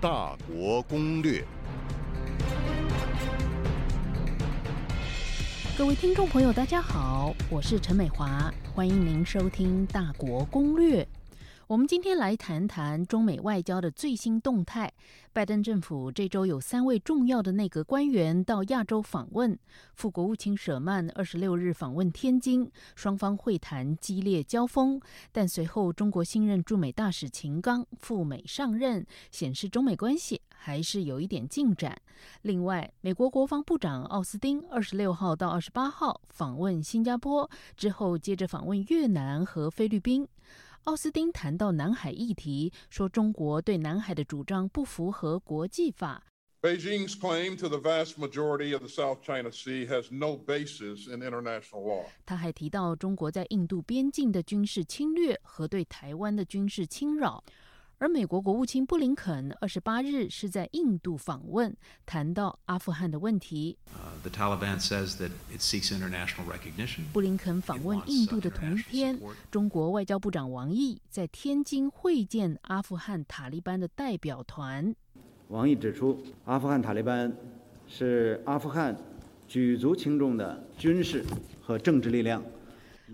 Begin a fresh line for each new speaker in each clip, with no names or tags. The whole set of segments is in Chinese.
大国攻略》。
各位听众朋友，大家好，我是陈美华，欢迎您收听《大国攻略》。我们今天来谈谈中美外交的最新动态。拜登政府这周有三位重要的内阁官员到亚洲访问，副国务卿舍曼二十六日访问天津，双方会谈激烈交锋，但随后中国新任驻美大使秦刚赴美上任，显示中美关系还是有一点进展。另外，美国国防部长奥斯汀二十六号到二十八号访问新加坡，之后接着访问越南和菲律宾。奥斯汀谈到南海议题，说中国对南海的主张不符合国际法。
Beijing's claim to the vast majority of the South China Sea has no basis in international law.
他还提到中国在印度边境的军事侵略和对台湾的军事侵扰。而美国国务卿布林肯二十八日是在印度访问，谈到阿富汗的问题。
Uh, The Taliban says that it seeks international recognition.
布林肯访问印度的同一天，中国外交部长王毅在天津会见阿富汗塔利班的代表团。
王毅指出，阿富汗塔利班是阿富汗举足轻重的军事和政治力量。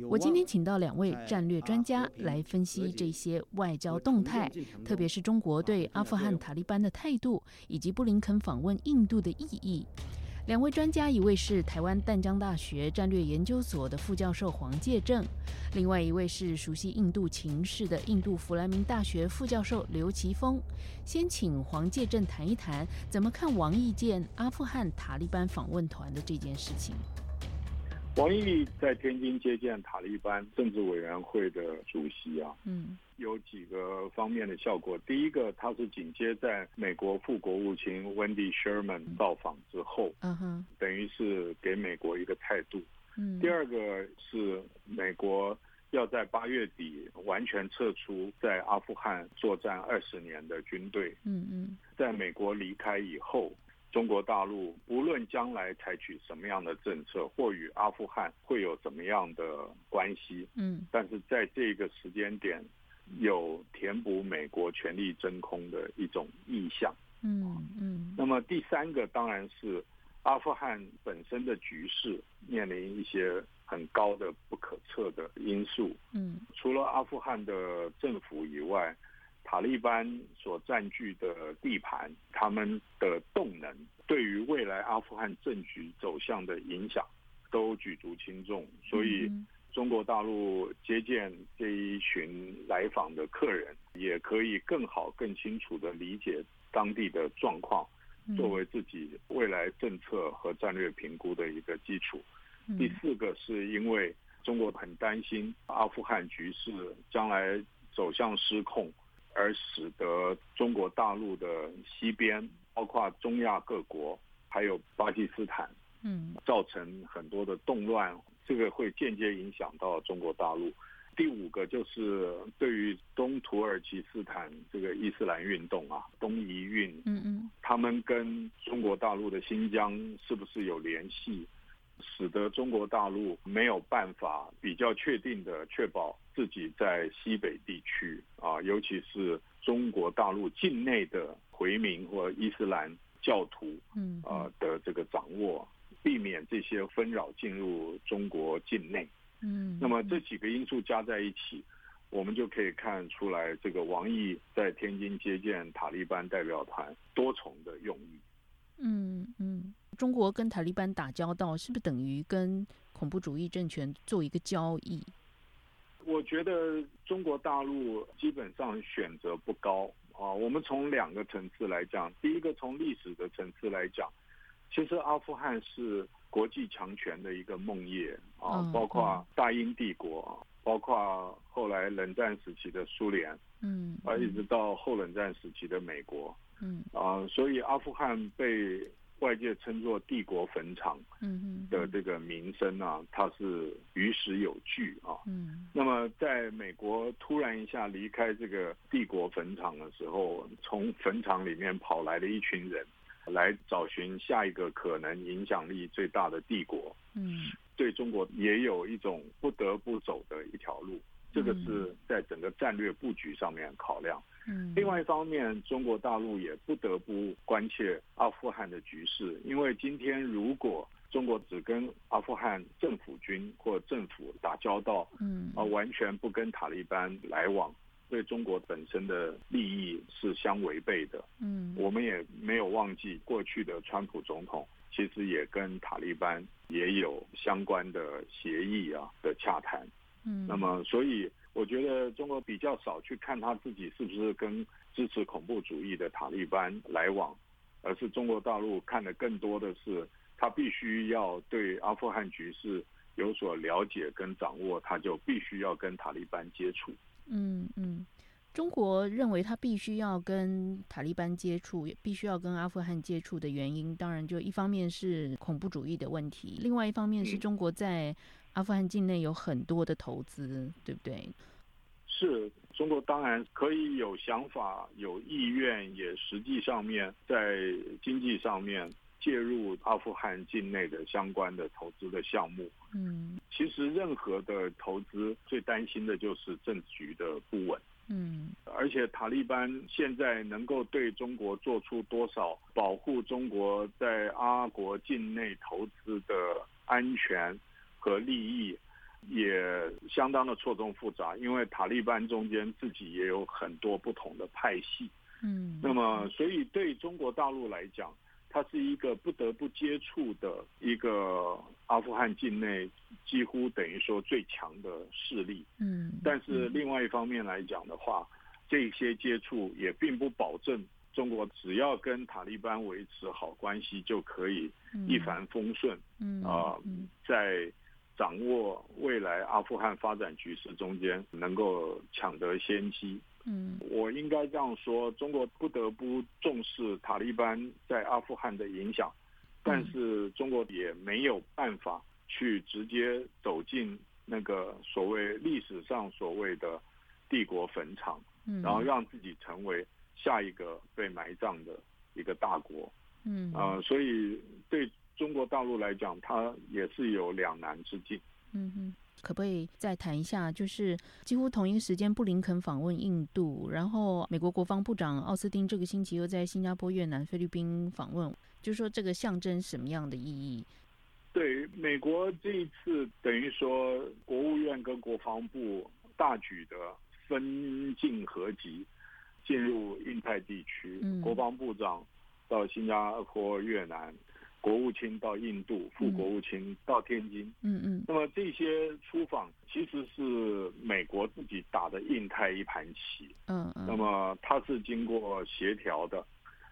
我今天请到两位战略专家来分析这些外交动态，特别是中国对阿富汗塔利班的态度，以及布林肯访问印度的意义。两位专家，一位是台湾淡江大学战略研究所的副教授黄介正，另外一位是熟悉印度情势的印度弗莱明大学副教授刘奇峰。先请黄介正谈一谈怎么看王毅见阿富汗塔利班访问团的这件事情。
王毅在天津接见塔利班政治委员会的主席啊，
嗯
有几个方面的效果。第一个，他是紧接在美国副国务卿 Wendy Sherman 到访之后，
嗯哼
等于是给美国一个态度。
嗯。
第二个是美国要在八月底完全撤出在阿富汗作战二十年的军队，
嗯嗯
在美国离开以后，中国大陆无论将来采取什么样的政策，或与阿富汗会有怎么样的关系，
嗯
但是在这个时间点，有填补美国权力真空的一种意向。
嗯嗯
那么第三个当然是阿富汗本身的局势面临一些很高的不可测的因素，
嗯
除了阿富汗的政府以外，塔利班所占据的地盘，他们的动能对于未来阿富汗政局走向的影响都举足轻重，所以
嗯
中国大陆接见这一群来访的客人，也可以更好、更清楚地理解当地的状况，
嗯
作为自己未来政策和战略评估的一个基础。
嗯
第四个是因为中国很担心阿富汗局势将来走向失控，而使得中国大陆的西边，包括中亚各国，还有巴基斯坦，
嗯
造成很多的动乱，这个会间接影响到中国大陆。第五个就是对于东土耳其斯坦这个伊斯兰运动啊，东移运
嗯嗯
他们跟中国大陆的新疆是不是有联系，使得中国大陆没有办法比较确定的确保自己在西北地区啊，尤其是中国大陆境内的回民或伊斯兰教徒
嗯
啊的这个掌握，避免这些纷扰进入中国境内。
嗯，
那么这几个因素加在一起，我们就可以看出来，这个王毅在天津接见塔利班代表团多重的用意。
嗯嗯，中国跟塔利班打交道，是不是等于跟恐怖主义政权做一个交易？
我觉得中国大陆基本上选择不高啊。我们从两个层次来讲，第一个从历史的层次来讲，其实阿富汗是国际强权的一个梦魇啊
嗯，
包括
嗯
大英帝国，包括后来冷战时期的苏联，
嗯，
啊，一直到后冷战时期的美国。
嗯
啊、所以阿富汗被外界称作“帝国坟场
嗯”
的这个名声啊，它是于史有据啊。
嗯
那么，在美国突然一下离开这个帝国坟场的时候，从坟场里面跑来了一群人，来找寻下一个可能影响力最大的帝国，
嗯
对中国也有一种不得不走的一条路。这个是在整个战略布局上面考量。
嗯
另外一方面，中国大陆也不得不关切阿富汗的局势，因为今天如果中国只跟阿富汗政府军或政府打交道，
嗯
啊，完全不跟塔利班来往，对中国本身的利益是相违背的。
嗯
我们也没有忘记过去的川普总统，其实也跟塔利班也有相关的协议啊的洽谈。
嗯
那么，所以我觉得中国比较少去看他自己是不是跟支持恐怖主义的塔利班来往，而是中国大陆看的更多的是他必须要对阿富汗局势有所了解跟掌握，他就必须要跟塔利班接触。
嗯嗯，中国认为他必须要跟塔利班接触，也必须要跟阿富汗接触的原因，当然就一方面是恐怖主义的问题，另外一方面是
嗯
中国在阿富汗境内有很多的投资，对不对？
是中国当然可以有想法、有意愿，也实际上面在经济上面介入阿富汗境内的相关的投资的项目。
嗯
其实任何的投资最担心的就是政局的不稳，
嗯
而且塔利班现在能够对中国做出多少保护中国在阿国境内投资的安全和利益，也相当的错综复杂，因为塔利班中间自己也有很多不同的派系。
嗯，
那么，所以对中国大陆来讲，它是一个不得不接触的一个阿富汗境内几乎等于说最强的势力。
嗯，
但是另外一方面来讲的话，这些接触也并不保证中国只要跟塔利班维持好关系就可以一帆风顺
嗯
啊、
嗯
在掌握未来阿富汗发展局势中间能够抢得先机。
嗯
我应该这样说，中国不得不重视塔利班在阿富汗的影响，
嗯
但是中国也没有办法去直接走进那个所谓历史上所谓的帝国坟场，
嗯，
然后让自己成为下一个被埋葬的一个大国。
嗯
啊、所以对中国大陆来讲，它也是有两难之境。
嗯哼，可不可以再谈一下？就是几乎同一个时间，布林肯访问印度，然后美国国防部长奥斯汀这个星期又在新加坡、越南、菲律宾访问，就说这个象征什么样的意义？
对美国这一次，等于说国务院跟国防部大举的分进合集，进入印太地区。
嗯
国防部长到新加坡、越南，国务卿到印度，副国务卿到天津。
嗯嗯
那么这些出访其实是美国自己打的印太一盘棋。
嗯嗯，
那么它是经过协调的。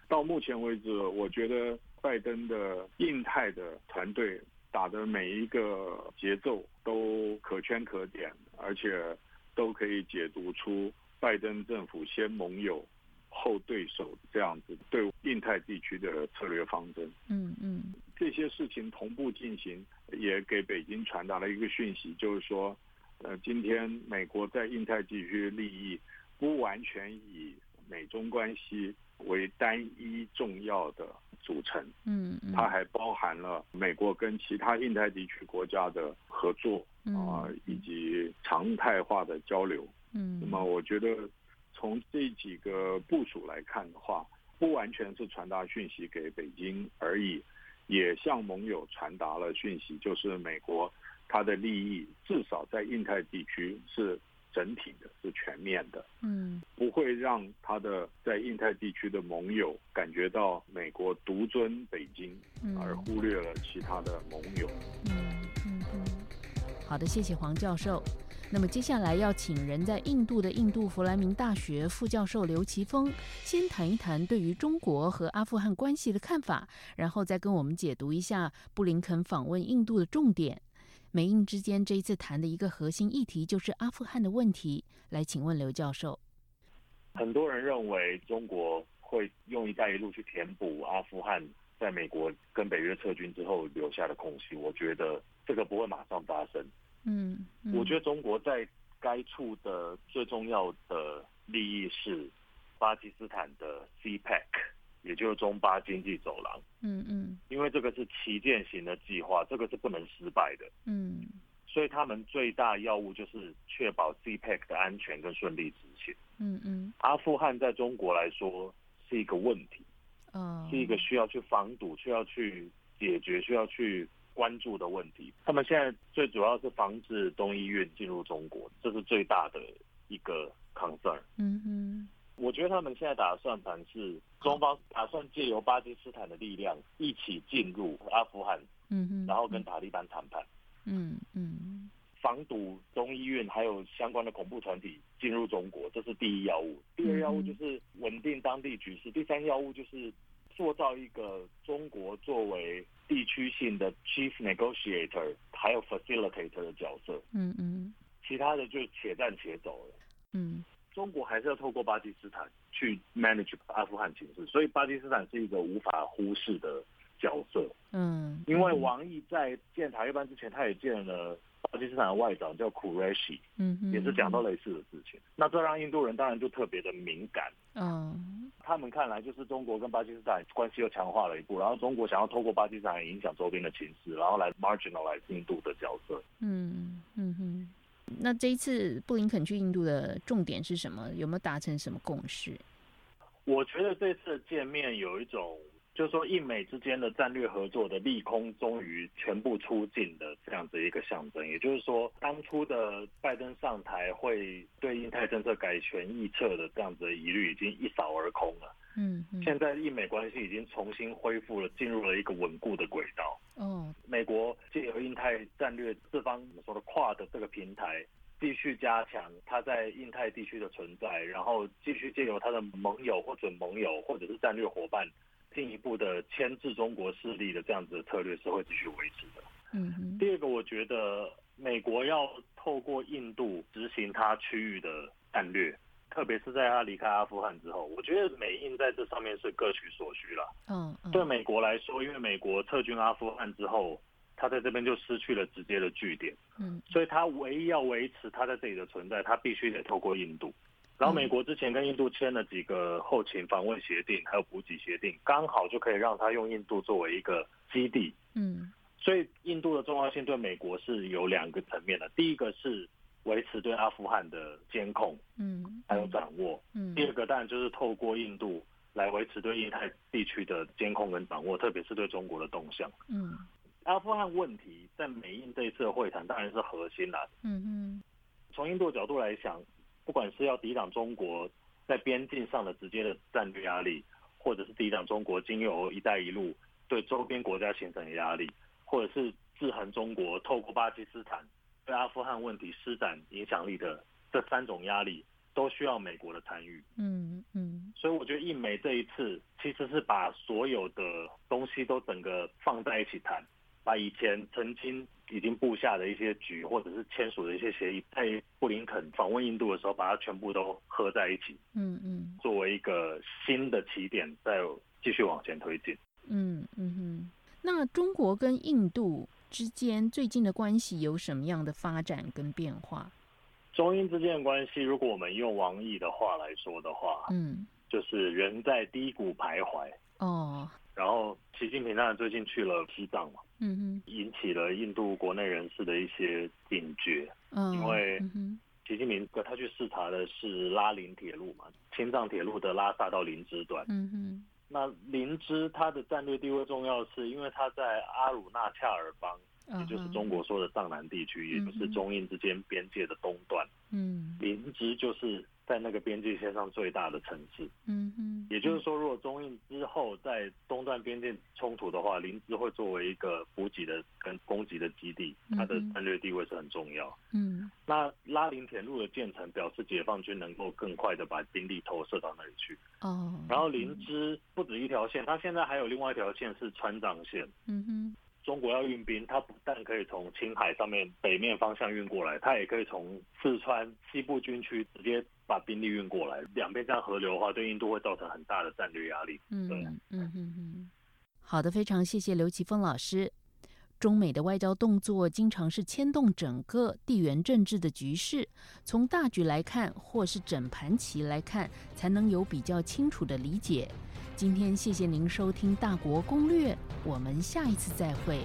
到目前为止，我觉得拜登的印太的团队打的每一个节奏都可圈可点，而且都可以解读出拜登政府先盟友后对手这样子对印太地区的策略方针。
嗯嗯
这些事情同步进行，也给北京传达了一个讯息，就是说，呃，今天美国在印太地区的利益不完全以美中关系为单一重要的组成，
嗯嗯，
它还包含了美国跟其他印太地区国家的合作啊、
嗯
以及常态化的交流。
嗯，
那么我觉得从这几个部署来看的话，不完全是传达讯息给北京而已，也向盟友传达了讯息，就是美国它的利益至少在印太地区是整体的，是全面的。
嗯
不会让他的在印太地区的盟友感觉到美国独尊北京，
嗯
而忽略了其他的盟友。
嗯嗯嗯，好的，谢谢黄教授。那么接下来要请人在印度的印度弗莱明大学副教授刘奇峰先谈一谈对于中国和阿富汗关系的看法，然后再跟我们解读一下布林肯访问印度的重点。美印之间这一次谈的一个核心议题就是阿富汗的问题，来请问刘教授。
很多人认为中国会用“一带一路”去填补阿富汗在美国跟北约撤军之后留下的空隙。我觉得这个不会马上发生。
嗯，
我觉
得
得中国在该处的最重要的利益是巴基斯坦的 CPEC，也就是中巴经济走廊，
嗯嗯
因为这个是旗舰型的计划，这个是不能失败的。
嗯
所以他们最大要务就是确保
E
CPEC 的安全跟顺利执行。
嗯嗯，
阿富汗在中国来说是一个问题，
哦，
是一个需要去防堵、需要去解决、需要去关注的问题。他们现在最主要是防止东医院进入中国，这是最大的一个 concern。
嗯嗯
我觉得他们现在打算盘是中方打算借由巴基斯坦的力量一起进入阿富汗，
嗯嗯，
然后跟塔利班谈判，
嗯嗯
防堵中医院还有相关的恐怖团体进入中国，这是第一要务。第二要务就是稳定当地局势，第三要务就是塑造一个中国作为地区性的 chief negotiator 还有 facilitator 的角色，
嗯嗯
其他的就且战且走了。
嗯
中国还是要透过巴基斯坦去 manage 阿富汗情势，所以巴基斯坦是一个无法忽视的角色。
嗯，
因为王毅在见塔利班之前，他也见了巴基斯坦的外长叫 Qureshi，
嗯嗯
也是讲到类似的事情。那这让印度人当然就特别的敏感。
嗯
他们看来就是中国跟巴基斯坦关系又强化了一步，然后中国想要透过巴基斯坦来影响周边的情势，然后来 marginalize 印度的角色。
嗯嗯嗯。那这一次布林肯去印度的重点是什么？有没有达成什么共识？
我觉得这次见面有一种，就是说印美之间的战略合作的利空终于全部出尽的这样子一个象征。也就是说，当初的拜登上台会对印太政策改弦易辙的这样子的疑虑已经一扫而空了。
嗯嗯，
现在印美关系已经重新恢复了，进入了一个稳固的轨道。
哦，
美国借由印太战略四方怎么说的跨的这个平台，继续加强它在印太地区的存在，然后继续借由它的盟友或准盟友或者是战略伙伴，进一步的牵制中国势力的这样子的策略是会继续维持的。
嗯嗯
第二个，我觉得美国要透过印度执行它区域的战略。特别是在他离开阿富汗之后，我觉得美印在这上面是各取所需了。
哦，嗯
对美国来说，因为美国撤军阿富汗之后，他在这边就失去了直接的据点，
嗯
所以他唯一要维持他在这里的存在，他必须得透过印度。然后美国之前跟印度签了几个后勤防卫协定，还有补给协定，刚好就可以让他用印度作为一个基地。
嗯
所以印度的重要性对美国是有两个层面的，第一个是维持对阿富汗的监控
嗯，
还有掌握，
嗯
第二个当然就是透过印度来维持对印太地区的监控跟掌握，特别是对中国的动向。
嗯
阿富汗问题在美印这一次的会谈当然是核心啦。
嗯嗯
从印度的角度来想，不管是要抵挡中国在边境上的直接的战略压力，或者是抵挡中国经由“一带一路”对周边国家形成的压力，或者是制衡中国透过巴基斯坦对阿富汗问题施展影响力的这三种压力，都需要美国的参与。
嗯嗯
所以我觉得印美这一次其实是把所有的东西都整个放在一起谈，把以前曾经已经布下的一些局或者是签署的一些协议，在布林肯访问印度的时候，把它全部都合在一起，
嗯嗯
作为一个新的起点，再继续往前推进。
嗯嗯。那中国跟印度之间最近的关系有什么样的发展跟变化？
中英之间的关系，如果我们用王毅的话来说的话，
嗯，
就是人在低谷徘徊。
哦，
然后，习近平当然最近去了西藏嘛，
嗯
引起了印度国内人士的一些警觉。
哼，嗯，
因为
嗯哼
习近平他去视察的是拉林铁路嘛，青藏铁路的拉萨到林芝段。
嗯哼，
那林芝它的战略地位重要，是因为它在阿鲁纳恰尔邦，也
嗯
就是
哼
中，国说的藏南地区，也就是中印之间边界的东段。
嗯
林芝就是在那个边界线上最大的城市。
嗯哼，
也就是说，如果中印之后在东段边界冲突的话，林芝会作为一个补给的跟攻击的基地，它的
嗯哼
战略地位是很重要。
嗯
那拉林铁路的建成表示解放军能够更快的把兵力投射到那里去。
哦，
然后林芝不止一条线，它现在还有另外一条线是川藏线。
嗯哼，
中国要运兵，它不但可以从青海上面北面方向运过来，它也可以从四川西部军区直接把兵力运过来。两边这样河流的话，对印度会造成很大的战略压力。对
嗯嗯嗯嗯，好的，非常谢谢刘奇峰老师。中美的外交动作经常是牵动整个地缘政治的局势，从大局来看，或是整盘棋来看，才能有比较清楚的理解。今天谢谢您收听《大国攻略》，我们下一次再会。